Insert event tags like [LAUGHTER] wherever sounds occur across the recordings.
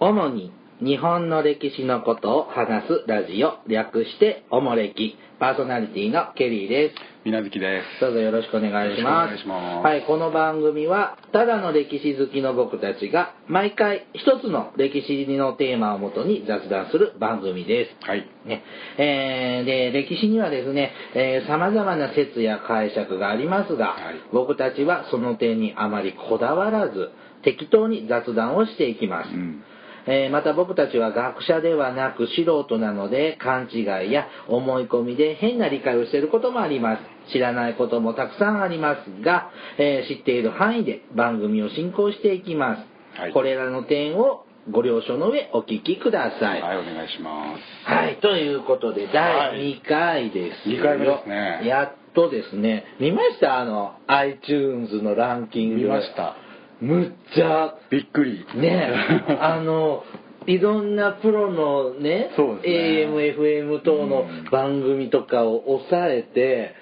主に日本の歴史のことを話すラジオ、略しておもれき、パーソナリティのケリーです。みなずきです。どうぞよろしくお願いします。よろしくお願いしますはい、この番組は、ただの歴史好きの僕たちが、毎回一つの歴史のテーマをもとに雑談する番組です。はい。ねえーで歴史にはですねさまざまな説や解釈がありますが、はい僕たちはその点にあまりこだわらず適当に雑談をしていきます、うん。えーまた僕たちは学者ではなく素人なので勘違いや思い込みで変な理解をしていることもあります知らないこともたくさんありますが、えー知っている範囲で番組を進行していきます、はいこれらの点をご了承の上お聞きくださはいい、お願いしまはい、ということで、第2回ですよ。二回目ですねやっとですね、見ましたあの、iTunes のランキす。ング。見まし。た。むっちゃ、びっくり。ね、 [LAUGHS] あの、いろんなプロのね、そうですね AM、FM 等のうん番組とかを抑えて、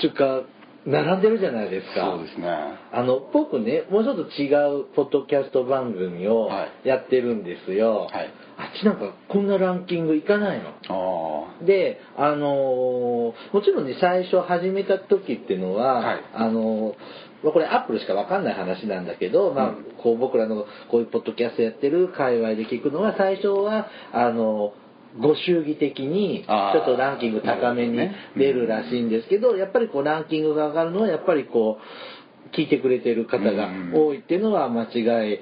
ちゅうか、並んでるじゃないですか。そうですね。あの僕ねもうちょっと違うポッドキャスト番組をはやってるんですよ、はいあっちなんかこんなランキングいかないのああ。であのーもちろんね最初始めた時っていうのは、はいあのーまあこれアップルしかわかんない話なんだけど、まあうん、こう僕らのこういうポッドキャストやってる界隈で聞くのは最初はあのーご祝儀的にちあーょっとランキング高めになるほどね出るらしいんですけどやっぱりこうランキングが上がるのはやっぱりこう聞いてくれてる方が多いっていうのは間違い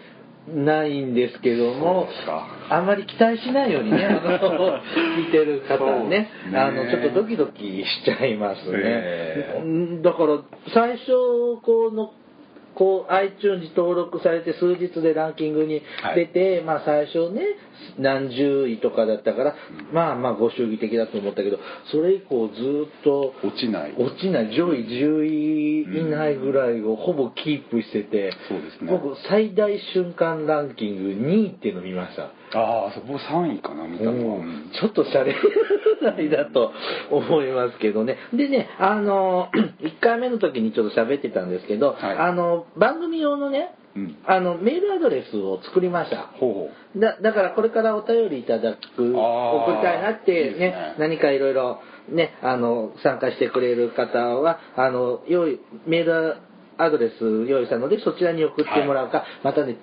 ないんですけどもそうですかあんまり期待しないようにねあの聞いてる方ねそうですねあのちょっとドキドキしちゃいますね、ええうんだから最初このこう iTunes に登録されて数日でランキングに出て、まあ最初ね何十位とかだったから、まあまあご祝儀的だと思ったけどそれ以降ずっと落ちない。落ちない上位10位以内ぐらいをほぼキープしてて、そうですね僕最大瞬間ランキング2位っていうの見ましたああ、そこ3位かな、見たのは。ううんんちょっとシャレないだと思いますけどね。でね、あの、1回 [CLEARS THROAT] 目の時にちょっと喋ってたんですけど、はいあの、番組用のね、うんあの、メールアドレスを作りました。ほうほう。だだからこれからお便りいただくあー送りたいなってねいいですね何かいろいろねあの参加してくれる方はあの用意メールアドレス用意したのでそちらに送ってもらうか、またね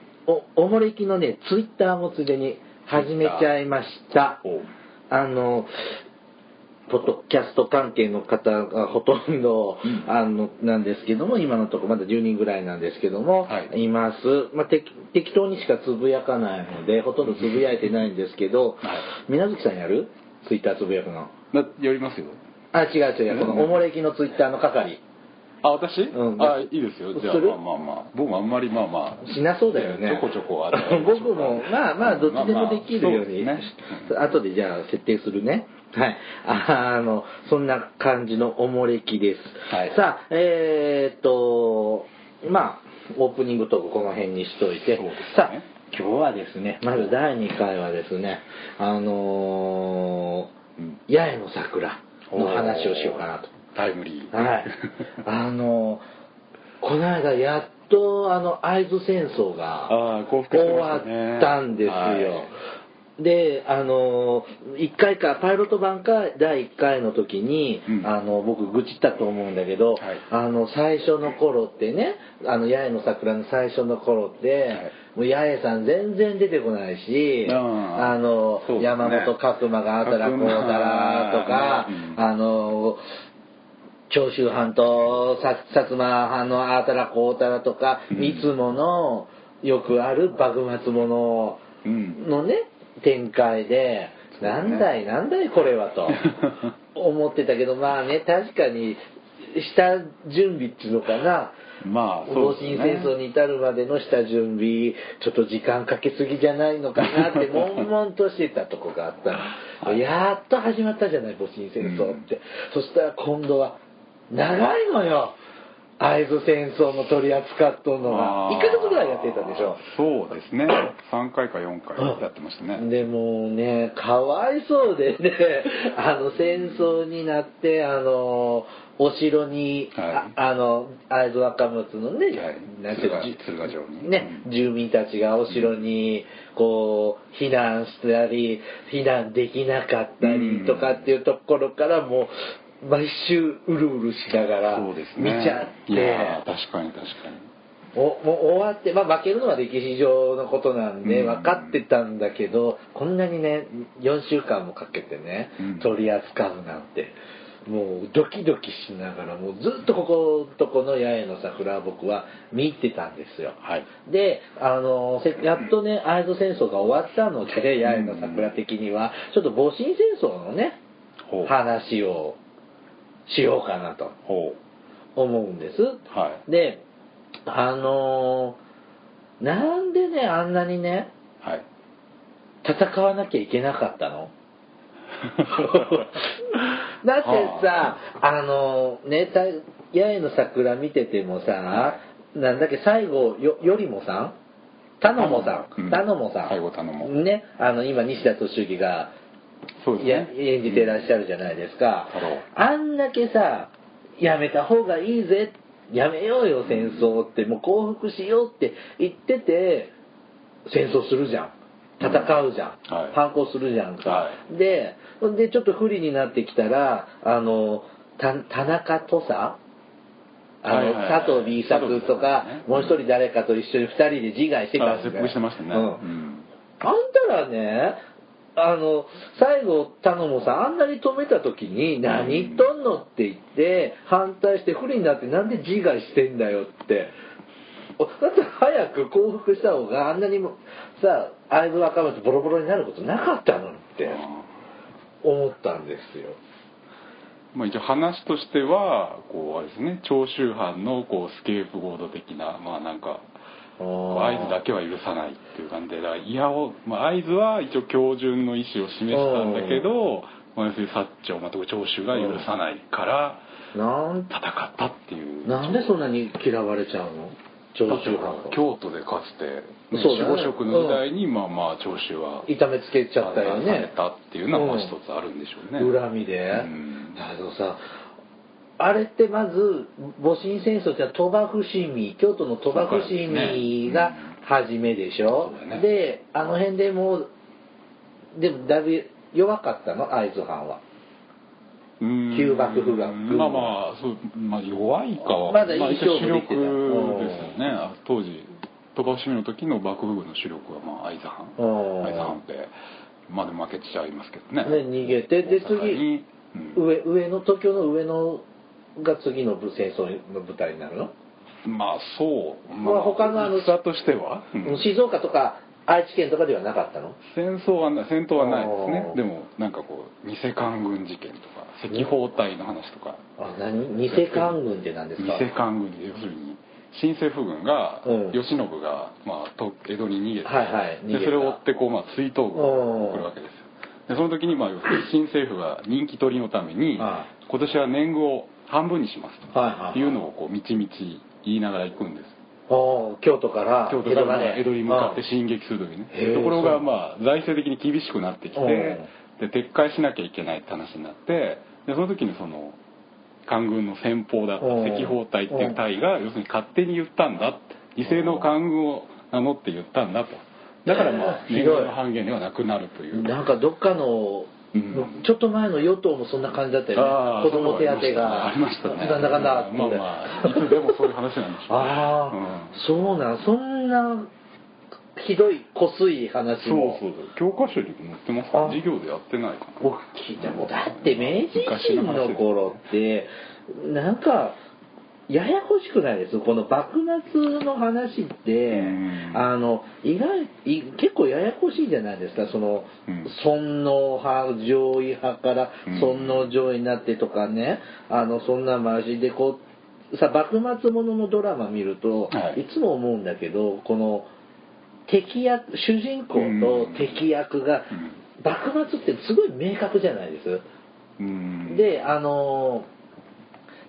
おおもれきのねツイッターもついでに始めちゃいましたほう。あのポッドキャスト関係の方がほとんど、うんあのなんですけども今のところまだ10人ぐらいなんですけども、はいいます、まあ、てき適当にしかつぶやかないのでほとんどつぶやいてないんですけど、い水無月さんやるツイッターつぶやくのな、やりますよ。あ違う違うこのおもれきのツイッターの係あ、私うんあいいですよ。じゃあ、するまあまあまあ。僕もあんまりまあまあ。しなそうだよねちょこちょこあったり僕もまあまあどっちでもできるようにまあまあそうで後ですねじゃあ設定するねはいああのそんな感じのおもれきです、はいさあえー、っとまあオープニングトークこの辺にしといて、そうですねさあ今日はですねまず第2回はですねあのうんー、八重の桜の話をしようかなとタイムリー。。はい [LAUGHS] あの、この間やっとあの会津戦争があー降伏し終てまわしたねったんですよ。はであの1回かパイロット版か第1回の時に、うんあの僕愚痴ったと思うんだけど、はいあの最初の頃ってね「あの八重の桜」の最初の頃って、もう八重さん全然出てこないし、うんあのそうですね山本角馬があたらこうだらとか、うんあの長州藩とさ薩摩藩のあーたらこうたらとか、うんいつものよくある幕末も [LAUGHS] うん。ののね展開で、そうねなんだいなんだいこれは [LAUGHS] と思ってたけどまあね確かに下準備っていうのかなまあ、そ戊うですね辰戦争に至るまでの下準備ちょっと時間かけすぎじゃないのかなって悶々としてたとこがあったの、はいやっと始まったじゃない戊辰戦争って、そしたら今度は長いのよ会津戦争の取り扱っとんのがあー1ヶ月ぐらいやってたでしょそうですね3回か4回やってましたねでもうねかわいそうで [LAUGHS] ねあの戦争になってあのお城に、はいああの会津若松のね、はいなんていうか鶴ヶ鶴ヶ城にねう、ん住民たちがお城にこう避難したり避難できなかったりとかっていうところからもう毎週うるうるしながらそう見ですねちゃって、いやー確かに確かにおもう終わって、まあ、負けるのは歴史上のことなんでうん分かってたんだけど、こんなにね4週間もかけてねうん取り扱うなんてもうドキドキしながらもうずっとここのとこの八重の桜は僕は見入ってたんですよ。はいであのせやっとね会津戦争が終わったので八重の桜的にはちょっと戊辰戦争のねほう話をしようかなとほ思うんです。うはいであのーなんでねあんなにねはい戦わなきゃいけなかった [LAUGHS] の [LAUGHS] だってさあのーねた八重の桜見ててもさ、はなんだっけ最後よよりもさん頼もさうんん頼もさん最後頼もねあの今西田敏行がそうですいやね演じてらっしゃるじゃないですか、うん太郎あんだけさやめた方がいいぜやめようよ戦争ってもう降伏しようって言ってて戦争するじゃん戦うじゃん、はい反抗するじゃんか、はでほんでちょっと不利になってきたらあのた田中土佐あの、はいはいはい佐藤 B 作とか、佐藤 B 作ねもう一人誰かと一緒に二人で自害してたんだよあ切腹してましたねうんうんあんたらね、あの、最後、頼もさん、あんなに止めた時に、何言っとんのって言って、反対して不利になって、なんで自害してんだよって。おだって早く降伏した方が、あんなにも、さ、会津若松ボロボロになることなかったのにって思ったんですよ。まあ、一応話としてはこうあれですね長州藩のこうスケープゴード的なまあなんかこう合図だけは許さないっていう感じでだからいやを、まあ、合図は一応標準の意思を示したんだけど、まあ、要するに薩長また長州が許さないからなん戦ったっていうなんでそんなに嫌われちゃうの長州藩を京都でかつて、ね、そうだね守護職の時代に、まあまあ長州は痛めつけちゃったよされね。たっていうのはまあ一つあるんでしょうね、恨みで、うんだけどさあれってまず戊辰戦争ってのは鳥羽伏見京都の鳥羽伏見が初めでしょそうだねであの辺でもうでもだいぶ弱かったの会津藩は旧旧幕府がまあまあそう、まあ、弱いかはまだいい一勝応負主でき力でてすたよねあ当時鳥羽伏見の時の幕府軍の主力はまあ会津藩うん会津藩ってまあでも負けちゃいますけどねね逃げてで大阪にうん上上の東京の上野が次の戦争の舞台になるの、まあそうまあ他のあの戦としては、うん静岡とか愛知県とかではなかったの戦争はな戦闘はないですおねーでもなんかこう偽官軍事件とか赤報隊の話とか、あ何偽官軍って何ですか偽官軍要するに新政府軍が、うん慶喜が、まあ、と江戸に逃げて,、はいはい逃げたでそれを追ってこう、まあ、追討う軍んが来るわけですよでその時に、まあ、要するに新政府が人気取りのためには今年は年貢を半分にしますと、はいはいはいいうのをこうみちみち言いながら行くんですおー京都から京都江戸かまらで江戸に向かって進撃する時へえねところがまあ財政的に厳しくなってきてうんで撤回しなきゃいけないって話になってでその時にその官軍の先方だったうん赤報隊っていう隊が要するに勝手に言ったんだって異性の官軍を名乗って言ったんだとだからまあ [LAUGHS] ええ年貢の半減ではなくなるといううんなんかどっかの、うんちょっと前の与党もそんな感じだったよああね子供手当がありましたねなんだかんだっつっうてんまあまあいつでもそういう話なんでしょうね [LAUGHS] ああ、そうなんそんなひどいこすい話そうもそうそう教科書に載ってますあか授業でやってないかな僕聞いたもんだって明治維新の頃ってなんかややこしくないですこの幕末の話ってうんあの意外い結構ややこしいじゃないですかその、うん尊皇派上位派からうん尊皇上位になってとかね、あのそんなマジでこうさ幕末もののドラマ見ると、はいいつも思うんだけどこの敵役主人公と敵役が、幕末ってすごい明確じゃないです。うんであの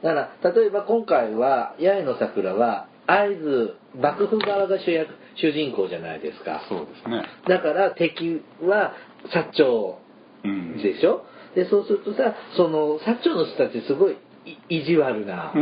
だから例えば今回は八重の桜は会津幕府側が主役主人公じゃないですかそうですねだから敵は薩長うんでしょでそうするとさその薩長の人たちすごいい意地悪 [LAUGHS] な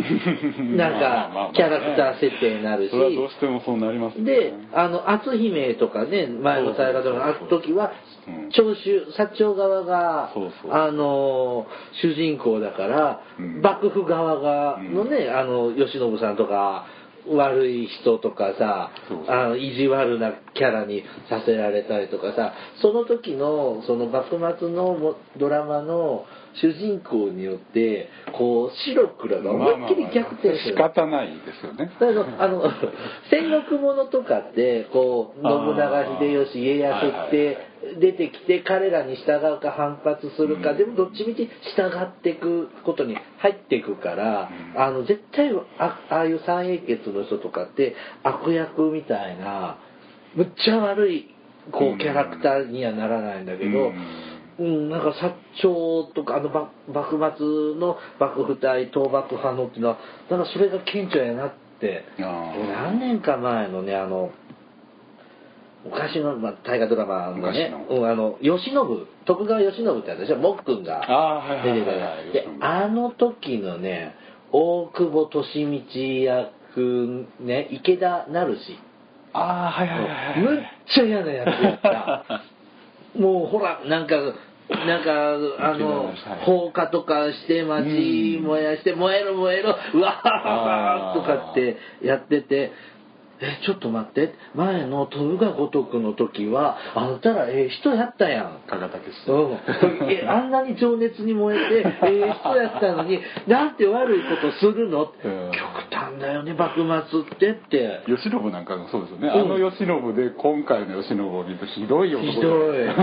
なんかキャラクター設定になるしそれはどうしてもそうなりますよねで、あの、篤姫とかね、前の大河ドラマのあった時はうん、長州、薩長側がそう、そうあの、主人公だからうん、幕府側が、のね、あの、慶喜さんとか、悪い人とかさそう、そうあの意地悪なキャラにさせられたりとかさ、その時の、その幕末のもドラマの主人公によって、こう、白黒が思いっきり逆転する。まあまあまあ仕方ないですよねだけどあ [LAUGHS] の戦国ものとかってこうあー信長秀吉家康っはいてはい出てきて彼らに従うか反発するか、うんでもどっちみち従っていくことに入っていくから、うんあの絶対あああいう三英傑の人とかって悪役みたいなむっちゃ悪いこうんうキャラクターにはならないんだけど。うん、なんか薩長とかあのば幕末の幕府対討幕派のっていうのはなんかそれが顕著やなってあー何年か前のねあの昔の、まあ、大河ドラマのね昔うのん、あの慶喜徳川慶喜ってあれでしょもっくんあがーはい出はいてたはいじゃはないいで慶喜あの時のね大久保利通役ね池田成志ああーはいはいはいはいむっちゃ嫌なやつや [LAUGHS] ったもうほらなんかなんかあの放火とかして街燃やして燃えろ燃えろうわあーとーかってやっててえちょっと待って前の徳川五徳の時はあんたらええ人やったやん加賀武史うん、えあんなに情熱に燃えて、ええ人やったのに、なんて悪いことするの、うん極端だよね、幕末ってって。慶喜なんかもそうですよね、うんあの慶喜で今回の慶喜を見るとひどい男ひどい。なん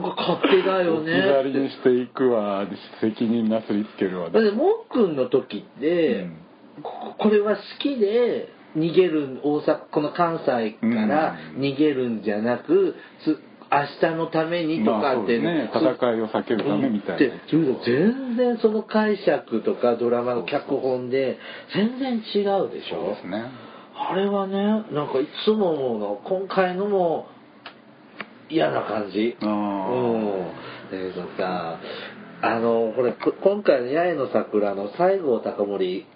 か勝手だよね。置き去りにしていくわ責任なすりつけるわだってもっくんの時って、うんここれは好きで逃げる大阪この関西からうん逃げるんじゃなく、つ明日のためにとまかあそっうて、ですね戦いを避けるためみたいなで全然その解釈とかドラマの脚本で全然違うでしそうょですねあれはねなんかいつも思うの今回のも嫌な感じあーうんだけどさあのこれこ今回の「八重の桜」の西郷隆盛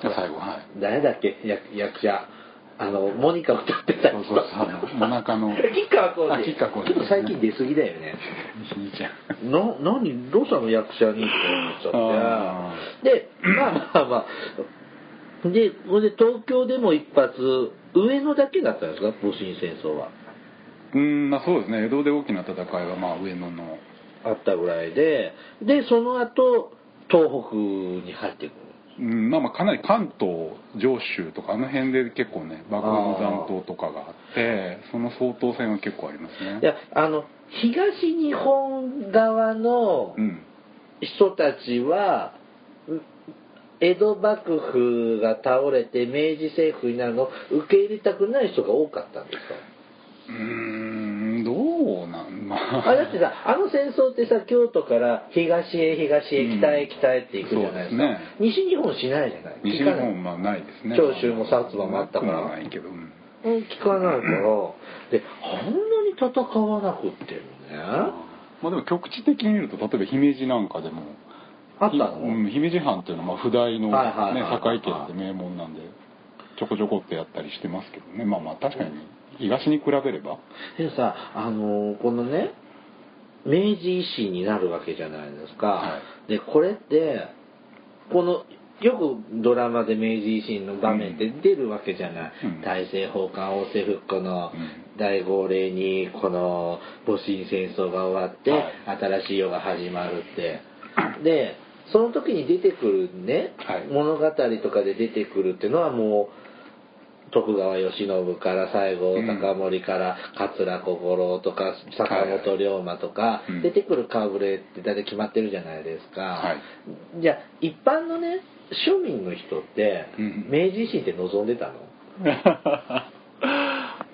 じゃあ最後はい誰だっけ役役者あのモニカ歌ってたそう人そうそうあのモナカの [LAUGHS] 吉川晃あ司吉川晃司ちょっと最近出過ぎだよね [LAUGHS] いいじゃんな何どうしたの役者にって思っちゃあってでまあまあまあでこれで東京でも一発上野だけだったんですか戊辰戦争はうんまあそうですね江戸で大きな戦いはまあ上野のあったぐらいででその後東北に入ってくるうんまあまあかなり関東上州とかあの辺で結構ね幕府の残党とかがあってその総統戦は結構ありますねいやあの東日本側のうん人たちはう江戸幕府が倒れて明治政府になるのを受け入れたくない人が多かったん [LAUGHS] ですかうーんどうなんまああだってさあの戦争ってさ京都から東へ東うへん北へ北へって行くじゃないですか、そうですね西日本しないじゃない西日聞かない本はないですね長州も薩摩もあったからなくはないけど、うんうん聞かないからであんなに戦わなくってもねまあ、でも局地的に見ると例えば姫路なんかでもあったの、ひうん、姫路藩っていうのはまあ不大の、ねはいはいはいはい堺県で名門なんでちょこちょこってやったりしてますけどねまあまあ確かに東に比べれ [LAUGHS] ばでもさあのーこのね明治維新になるわけじゃないですか、はでこれってこのよくドラマで明治維新の場面って出るわけじゃない、うん大政奉還王政復古のうん大号令にこの戊辰戦争が終わって、は新しい世が始まるってでその時に出てくるね、はい物語とかで出てくるっていうのはもう徳川慶喜から西郷隆盛から桂小五郎とか坂本龍馬とかうん出てくる顔ぶれって大体決まってるじゃないですか、はじゃあ一般のね庶民の人ってうん明治維新って望んでたの、あ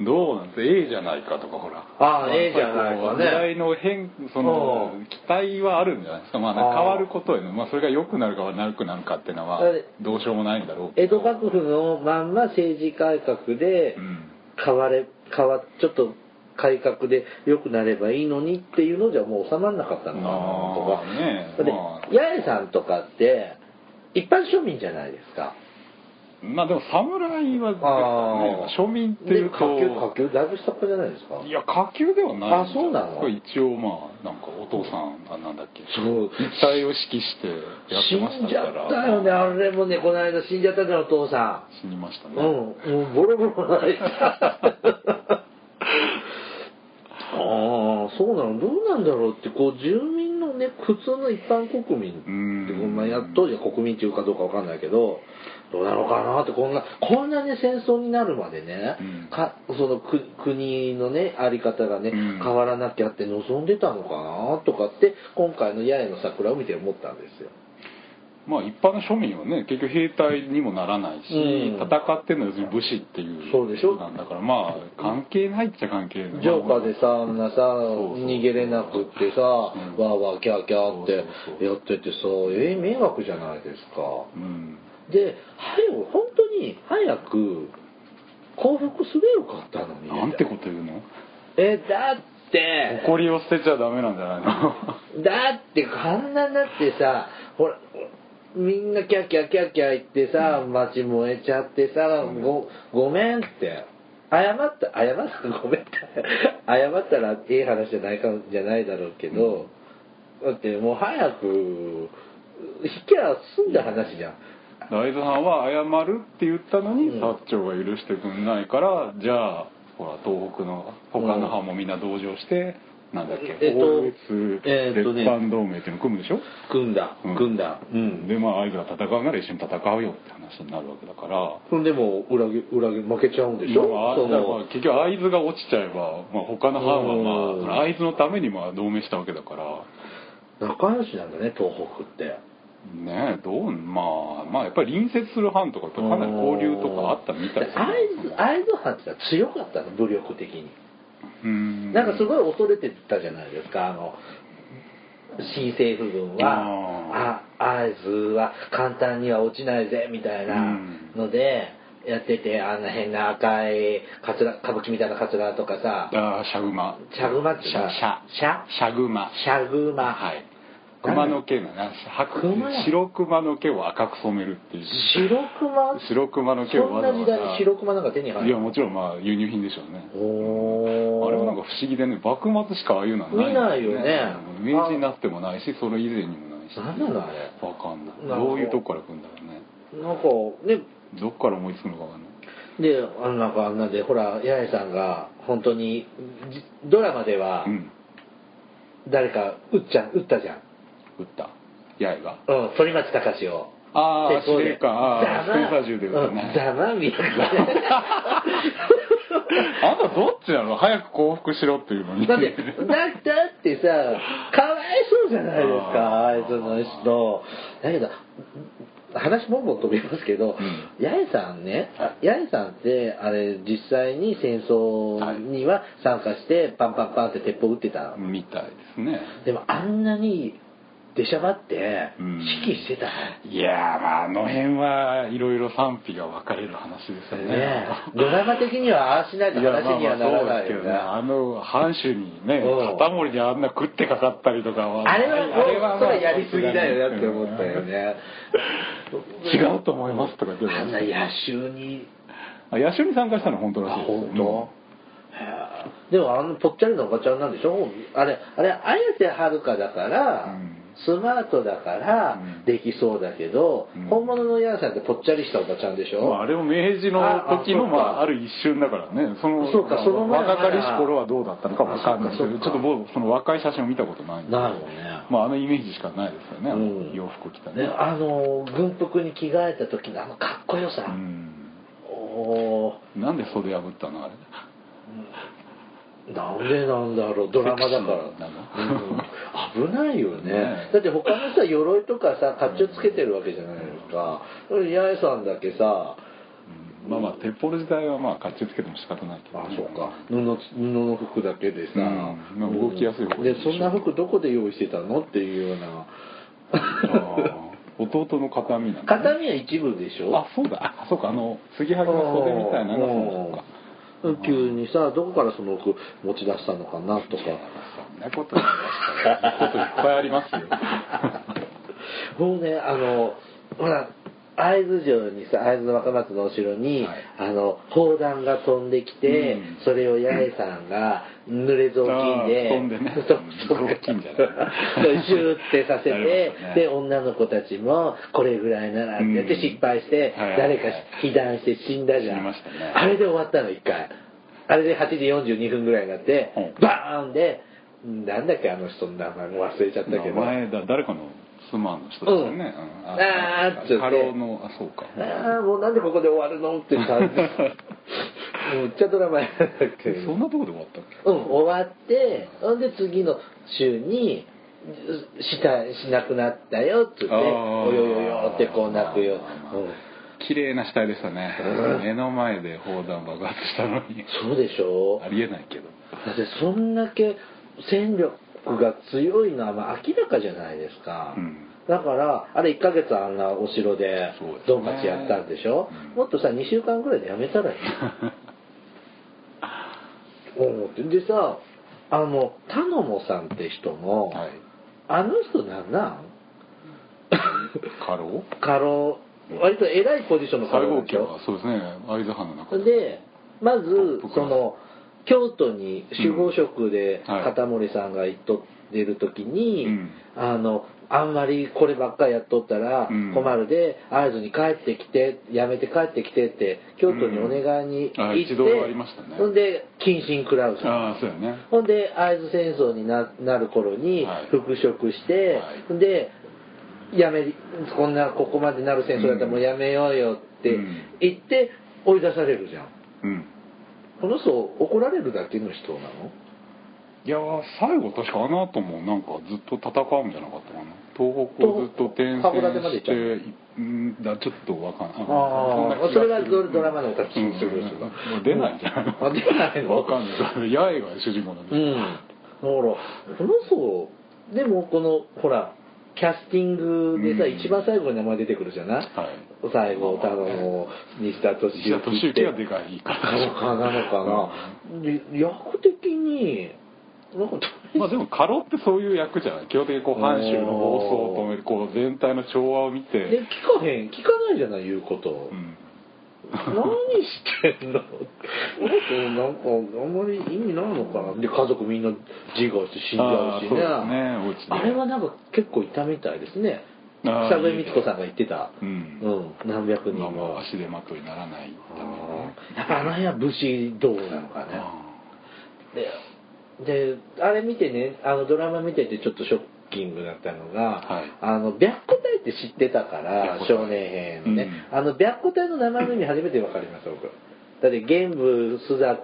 どうなんですか A じゃないかとかほらああ A じゃないかね時代の変そのうん期待はあるんじゃないですか,、まあ、なんあかあ変わることへのまあ、それが良くなるか悪くなるかっていうのはだってどうしようもないんだろうけ江ど戸幕府のまんま政治改革でうん変われ変わちょっと改革で良くなればいいのにっていうのじゃもう収まらなかったのかああねなとか、まあで八重さんとかって一般庶民じゃないですかまあでも侍は、ねああ、庶民っていでうと下級下級だいぶ下っ端じゃないですかいや下級ではないあそうなのこれ一応まあなんかお父さんあなんだっけそう一体を指揮してやってま死しんじゃたっからたよねあれもねこの間死んじゃったじゃんお父さ死にましたんうね、んもうボロボロ泣いた [LAUGHS] ああそうなのどうなんだろうってこう住民のね普通の一般国民ってうんこんなやっとじゃ国民っていうかどうかわかんないけどどうだろうかなってこんなこんなね戦争になるまでね、うんかそのく国のねあり方がねうん変わらなきゃって望んでたのかなとかって今回の八重の桜を見て思ったんですよ。まあ一般の庶民はね結局兵隊にもならないし、うん戦ってんのは別に武士っていうそうでしょことなんだからまあ関係ないっちゃ関係ないジョーカーでさあんなさそうそう逃げれなくってさわんーわーキャーキャーってそうそうそうやっててさえ迷惑じゃないですか。うんで早く本当に早く降伏すれよかったのになんてこと言うのえだって誇りを捨てちゃダメなんじゃないのだってあんなになってさほらみんなキャーキャーキャーキャー言ってさ街燃えちゃってさ、ごごめんって謝った謝った [LAUGHS] ごめんって謝ったらいい話じゃないかじゃないだろうけど、だってもう早く引きゃ済んだ話じゃん、大豆藩は謝るって言ったのにうん薩長が許してくんないからじゃあほら東北の他の藩もみんな同情して、なんだっけえっと法律えっとね列藩同盟っていうの組むでしょ、組んだうん組んだうんでまあ会津が戦うなら一緒に戦うよって話になるわけだからそれでも裏切裏切負けちゃうんでしょ、まあそだからの結局会津が落ちちゃえば、まあ、他の藩は、まあ、うんその会津のためにまあ同盟したわけだから仲良しなんだね東北ってねえどうまあまあやっぱり隣接する藩とかとかなり交流とかあったみたでいです会津会津藩ってさ強かったの武力的にうんなんかすごい恐れてたじゃないですかあの新政府軍はあ会津は簡単には落ちないぜみたいなのでやっててあんな変な赤いカツラ歌舞伎みたいなカツラとかさあーシャグマシャグマってシャシャシャシャグマシャグマはい熊の毛のな白熊白熊の毛を赤く染めるっていう白熊白熊の毛をそんわなざわ時代に白ざ熊なんか手に入いやるもちろんまあ輸入品でしょうねおーあれもなんか不思議でね幕末しかああいうのはない見ないよねうん明治になってもないしそれ以前にもないしなんなのあれわかんないなるほどどういうとこから来るんだろうねなんかねどっから思いつくのかわかんないであのなんかあんなでほら八重さんが本当にじドラマではうん誰か撃っちゃ撃ったじゃん、撃った八重がうん、反町隆史をああ司令官ああざスまペンサー銃で撃ったねうんざまみたい [LAUGHS] なあんたどっちなの早く降伏しろっていうのにだってだってだってさかわいそうじゃないですかああーいつの人だけど話もんもん飛びますけど、う八重さんね、は八重さんってあれ実際に戦争には参加してパンパンパンって鉄砲撃ってた、みたいですねでもあんなに出しゃばってうん指揮してたの、いやーまああの辺はいろいろ賛否が分かれる話ですよねねえドラマ的にはああしないといやま話あにまはあならそうでなすいけよどねねあの藩主にねうん片森にあんな食ってかかったりとかはあれはもうあれはまあそれはやりすぎだよなって思ったよね違うと思いますとか言ってあんな野襲にあ野手に参加したの本当らあしいです本当、へえでもあのぽっちゃりのおばちゃんなんでしょあれあれ綾瀬はるかだから、うんスマートだからうんできそうだけど、うん本物のヤンさんってぽっちゃりしたおばちゃんでしうんまょ、あ、あれも明治の時のああそうかまあある一瞬だからねそのそうかその前は若かりし頃はどうだったのかわかんないですけあそうどかちそょうっかと僕その若い写真を見たことないんでなるよねまああのイメージしかないですよね、あのうん洋服着たねねあの軍服に着替えた時のあのかっこよさ、うんおなんで袖破ったのあれーなんでなんだろうドラマだから、うん危ないよねねだって他のさ鎧とかさ甲冑つけてるわけじゃないですかそれ八重さんだけさうんまあまあ鉄砲自体はまあ甲冑つけても仕方ないけどあそうか布布の服だけでさ、うんまあ動きやすい方がいいででしそょんな服どこで用意してたのっていうような [LAUGHS] あー弟の形見なんだね形見は一部でしょあそうだあそうかあの継ぎはぎの袖みたいなのがそうか急にさどこからその服持ち出したのかなとかそんなこと言いましたらこといっぱいありますよ僕ねあのほら会津城にさ会津若松のお城に、はいあの砲弾が飛んできて、うんそれを八重さんが濡れ雑巾であー飛んでね [LAUGHS] そうそう雑巾じゃない [LAUGHS] そうシューってさせて、なるほどねで女の子たちもこれぐらいならってやってうん失敗して、はい誰か被弾して死んだじゃん死にましたねあれで終わったの一回あれで8時42分ぐらいになって、うんバーンでなんだっけあの人の名前も忘れちゃったけど前だ誰かの妻の人ですうよね、んうんあーっつって過労のあそうかああもうなんでここで終わるのって感 [LAUGHS] じむっちゃドラマやだけどそんなとこで終わったっけうん終わってほんで次の週にしたしなくなったよっつってあーおよよよってこう泣くよ、まあまあまあうん綺麗な死体でしたねうん目の前で砲弾爆発したのにそうでしょありえないけどだってそんだけ戦力が強いのはまあ明らかじゃないですか、うんだからあれ1ヶ月あんなお城でそうですねドンパチやったんでしょうんもっとさ2週間ぐらいでやめたらいい思ってでさあの田野もさんって人の、はいあの人なんなん [LAUGHS] 過労過労割と偉いポジションの過最労後でし期ょはそうですね会津藩の中でまずトップクそラスの京都に守護職でうんはい片森さんが行っとってる時に、うんあのあんまりこればっかりやっとったらうん困るで、会津に帰ってきてやめて帰ってきてって京都にお願いにうん行あって、一度ありましたねほんで謹慎食らうじゃんああそうやねほんで会津戦争にななる頃にはい復職して、はでやめこんなここまでなる戦争だったらもうやめようよってうん言って追い出されるじゃんうんこの人怒られるだけの人なのいやー最後確かあの後もなんかずっと戦うんじゃなかったかな東北をずっと転函館ま戦で行しっちゃうてうんだちょっとわかんないあーんな気がするそれはドラマの形にするうん人だもう出ないじゃんあ出ないのわかんない八重が主人公なんでうすんだからこの人でもこのほらキャスティングでさ、うん一番最後に名前出てくるじゃない、はい最後多分西田敏実は年行っ行きてはでかいかなのからなのかな、で役的になんかまあでも過労ってそういう役じゃない基本的にこう藩主の暴走を止めるこう全体の調和を見でて、聞かへん聞かないじゃない言うこと、うん、何してんのこの人なんかあんまり意味ないのかなで家族みんな自我して死んじゃうしねあーそうですねお家であれはなんか結構いたみたいですねあー草笛光子さんが言ってたうんうん、何百人 [LAUGHS] まあまもあ足手まといにならないためにねあーやっぱあの辺は武士道なのかねでであれ見てねあのドラマ見ててちょっとショッキングだったのが、はいあの白虎隊って知ってたから白少虎隊年兵のね、うんあの白虎隊の名前の意味初めて分かりました僕だって玄武朱雀ああ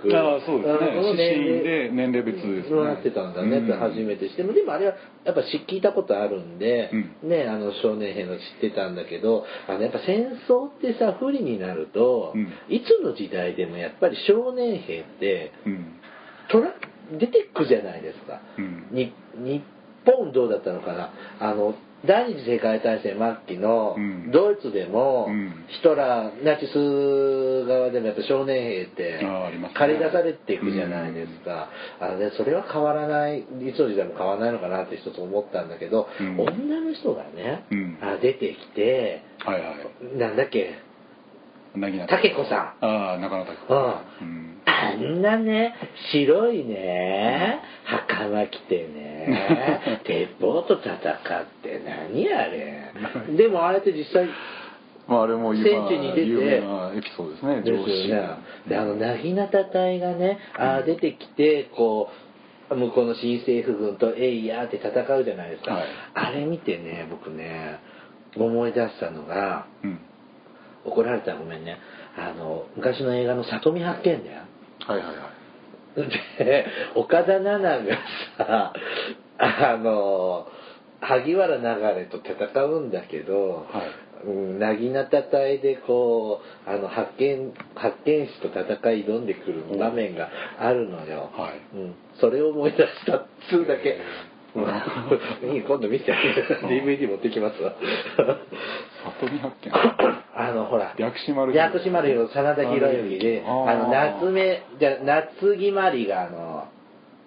そうですねあのこの指針で年齢別ですねそうなってたんだねってうん初めてしてもでもあれはやっぱし聞いたことあるんで、うねあの少年兵の知ってたんだけどあのやっぱ戦争ってさ不利になると、うんいつの時代でもやっぱり少年兵ってうんトラ出てくじゃないですか、うんに日本どうだったのかなあの第二次世界大戦末期のうんドイツでも、うんヒトラーナチス側でもやっぱ少年兵ってあーありますね駆り出されていくじゃないですか、あのね、それは変わらないいつの時代も変わらないのかなって一つ思ったんだけど、うん女の人がね、うんあ出てきてはいはいなんだっけなぎな竹子さんああ中野武子ううんあんなね、白いね、袴着て [LAUGHS] ね、鉄砲と戦って何あれ。でもあれって実際、まああれも今戦地に出て有名なエピソードですねです [LAUGHS] 上司よね。で、あの、なぎなた隊がね、あー出てきて、こう、向こうの新政府軍と、えいやーって戦うじゃないですか。はいあれ見てね、僕ね、思い出したのが、うん怒られたらごめんね、あの、昔の映画の里見発見だよ。はいはいはいで岡田奈々がさあの萩原流れと戦うんだけど、うん、なぎなた隊でこうあの発見発見士と戦い挑んでくる場面があるのよ、はいうん、それを思い出したっつうだけ、うん [LAUGHS] いい今度見てあげる [LAUGHS] DVD 持ってきますわ里見発見あのほら薬師丸薬師丸ひろ真田広之であーあの夏目じゃ夏木まりがあの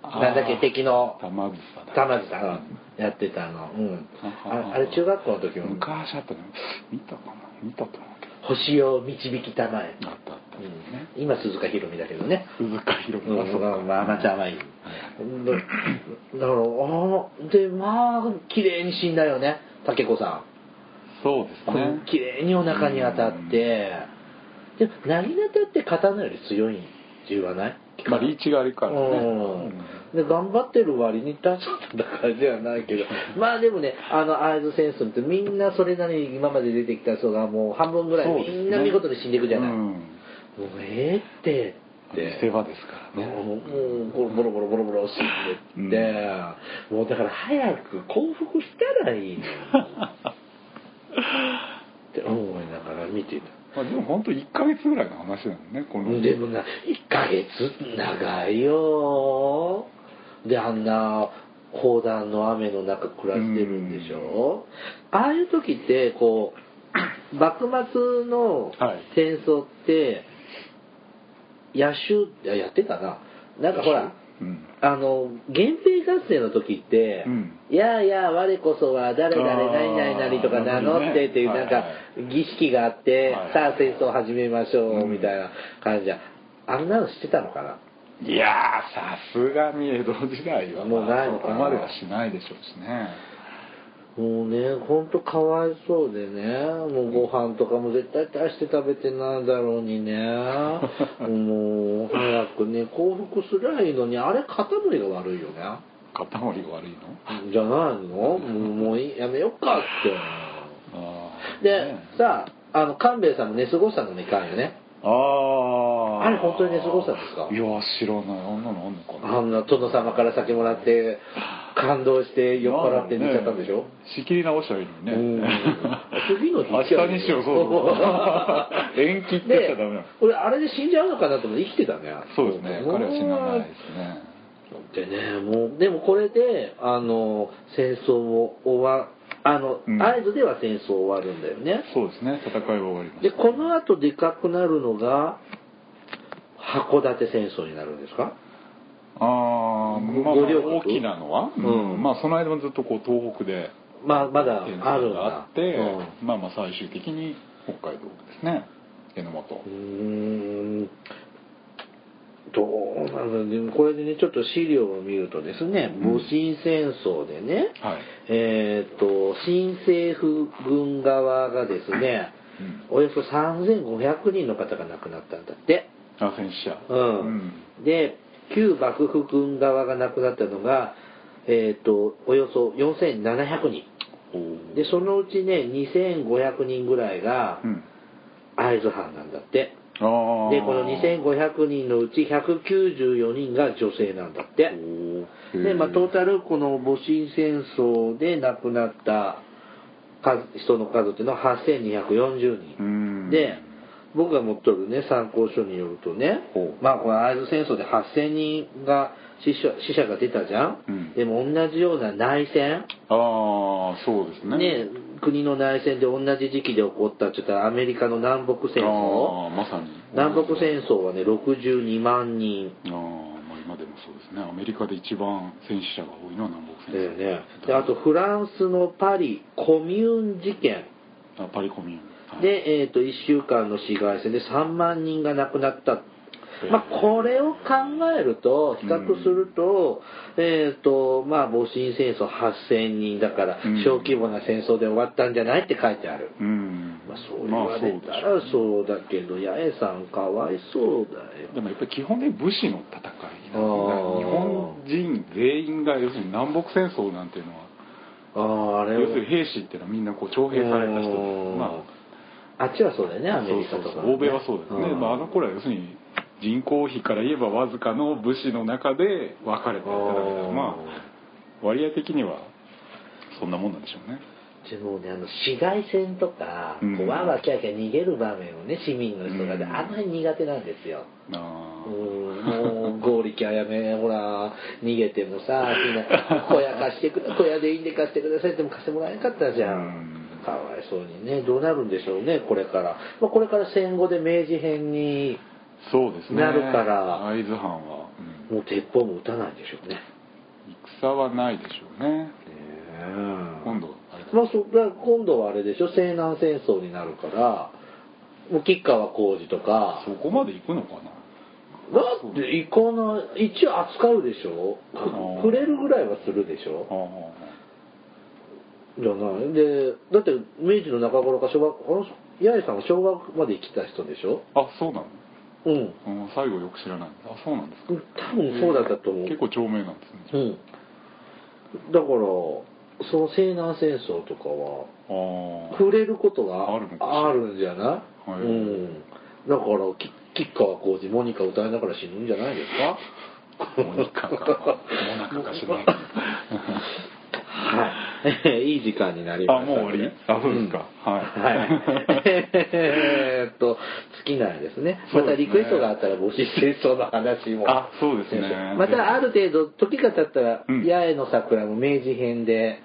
なんだっけ敵の玉草だ玉木さんやってたあの、うん、ああれ中学校の時も昔あったね見たかな見たと思うけ星を導きたまえ、どあったあったね、うん、今鈴鹿ひろみだけどね鈴鹿ひろうみん、まあまあ甘いだだからあのでまあ綺麗に死んだよね竹子さそうですん、ね綺麗にお腹に当たって、でもなぎなたって刀より強いって言わないまあリーチがあるからねうんうん、で頑張ってる割に大した感じではない [LAUGHS] けどまあでもねあの会津戦争ってみんなそれなりに今まで出てきた人がもう半分ぐらいそうですみねんな見事に死んでいくじゃない、うもうんええってって見せ場ですからね [LAUGHS] もうもうボロボロボロボロ死んでって、もうだから早く降伏したらいいのにって思いながら見てたまあでも本当一1か月ぐらいの話なのねこのでもな1ヶ月長いよであんな砲弾の雨の中暮らしてるんでしょああいう時ってこう幕末のはい戦争って野手いややってたななんかほらうんあの源平合戦の時って「うんいやいや我こそは誰々あー何々々とか名乗って」っていうななるんほどねか儀式があっては「いさあ戦争始めましょう」うんみたいな感じじゃあんなのしてたのかないやーさすがに江戸時代はもうないのそかこなまではしないでしょうしねもうねほんとかわいそうでねもうご飯とかも絶対大して食べてないだろうに [LAUGHS] ねもう早くね降伏すりゃいいのにあれ肩盛りが悪いよね肩盛りが悪いのじゃないのもうもういいやめよっかって。あーでね、さあ、あの、勘兵衛さんも寝過ごしたのにいかんよね。あああれ本当に寝過ごしたんですかいや知らないあんなのあんのかなあんな殿様から酒もらって、感動して酔っ払って寝ちゃったんでしょ、仕切り直したらいいのにねうん次の日 [LAUGHS] 明日にしようそう [LAUGHS] そう延期って言っちゃダメなでの俺、あれで死んじゃうのかなと思って生きてたね。そうですね彼は死なないですねでね、もう、でもこれで、あの、戦争も終わ、あの、うん合図では戦争終わるんだよね。そうですね戦いは終わりましたで、この後でかくなるのが、函館戦争になるんですかああ、まあ、ご両国大きなのは、うんまあその間もずっとこう東北でまあ、まだ戦争あるんだ。があってうんまあまあ最終的に北海道ですね榎本うーんどうなんだろうでもこれでねちょっと資料を見るとですねうん戊辰戦争でね、はいえーっと新政府軍側がですねうんおよそ3500人の方が亡くなったんだって、あ戦死者うんうんで旧幕府軍側が亡くなったのが、えーっとおよそ4700人おーでそのうちね2500人ぐらいがうん会津藩なんだって、あーでこの2500人のうち194人が女性なんだっておーで、まあ、へートータルこの戊辰戦争で亡くなった数人の数っていうのは8240う人、んで僕が持っとるね参考書によるとねほ、うまあ、この会津戦争で8000人が死者死者が出たじゃん、うんでも同じような内戦ああそうですねね、国の内戦で同じ時期で起こったちょっとアメリカの南北戦争ああまさに南北戦争はね62万人ああまあ今でもそうですねアメリカで一番戦死者が多いのは南北だ戦よ争ねであとフランスのパリコミューン事件あパリコミューンはいで、えー、と1週間の市街戦で3万人が亡くなったーまあ、これを考えると比較すると,、えーとまあ、戊辰戦争8000人だからうん小規模な戦争で終わったんじゃないって書いてある、うんまあ、そう言われたまあそうらでしょうそうだけど八重さんかわいそうだよでもやっぱり基本的に武士の戦いなんで日あー本人全員が要するに南北戦争なんていうのはあああれは要するに兵士っていうのはみんなこう徴兵された人うでんまあっちはそうだよねあアメリカとかね、そうそうそう欧米はそうですね、んまあ、あの頃は要するに人口比から言えばわずかの武士の中で分かれてやっただけだからあーまあ割合的にはそんなもんなんでしょうねでもね、あの紫外線とか、うんこうわーわーキャーキャー逃げる場面をね、市民の人がね、うんあんまり苦手なんですよ。あうーん、もう、剛力あやめ、ほら、逃げても [LAUGHS] さ、みんな、小屋貸してくだ、小屋でいいんで貸してくださいっても貸してもらえなかったじゃん。うんかわいそうにね、どうなるんでしょうね、これから。まあ、これから戦後で明治編に、そうですねなるから会津藩は、うんもう鉄砲も撃たないでしょうね。戦はないでしょうねねえ今度あれだまあ、そだから今度はあれでしょ西南戦争になるからもう吉川晃司とかそこまで行くのかなだって行かない一応扱うでしょあーく触れるぐらいはするでしあょーじゃないでだって明治の中頃か小学あの八重さんは小学まで生きた人でしょあそうなのうんうん最後よく知らないあそうなんですか多分そうだったと思う、結構長命なんですねうんだからその西南戦争とかはあー触れることあるのかがあるんじゃない、はいうん、だからき吉川晃司モニカ歌いながら死ぬんじゃないですかモニカかモナカかしらないはい、い [LAUGHS] い時間になりました、ね、あもう終わりあそうですかはいはい [LAUGHS] えーっと尽きないですねまたリクエストがあったら母子戦争の話もあそうですねまたある程度時が経ったら、うん八重の桜も明治編で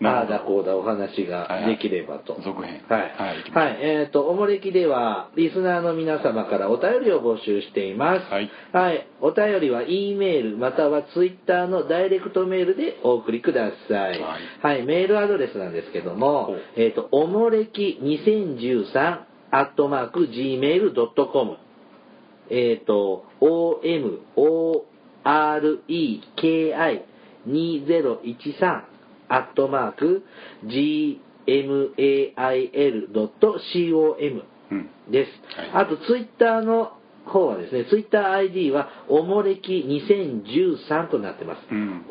あなるあだこほどうだお話ができればと、はいはい続編はい、はい行きましょうはいえっ、とおもれきではリスナーの皆様からお便りを募集していますはい、はいお便りは E メールまたは Twitter のダイレクトメールでお送りください、はいはい、メールアドレスなんですけどもほう、えっ、と、おもれき2013アットマーク gmail.com。えっ、と、omoreki2013 アットマーク gmail.com うんです。はあと、ツイッターの方はですね、ツイッター ID は、おもれき2013となってます。うん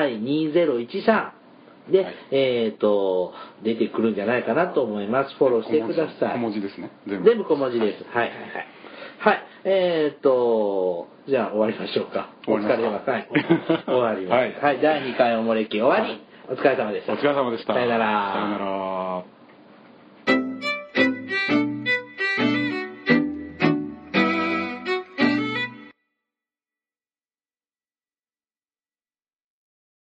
OMOREKI2013 で、はいえっ、と、出てくるんじゃないかなと思います。フォローしてください。小文字ですね全部全部小文字です。はいはいはい。はい。えっ、と、じゃあ終わりましょうか。終わりますお疲かれ様。はい。終わります。 [LAUGHS] ははいい。第2回おもれき終わり。お疲れ様でした。お疲れ様でしたさよなら。さよなら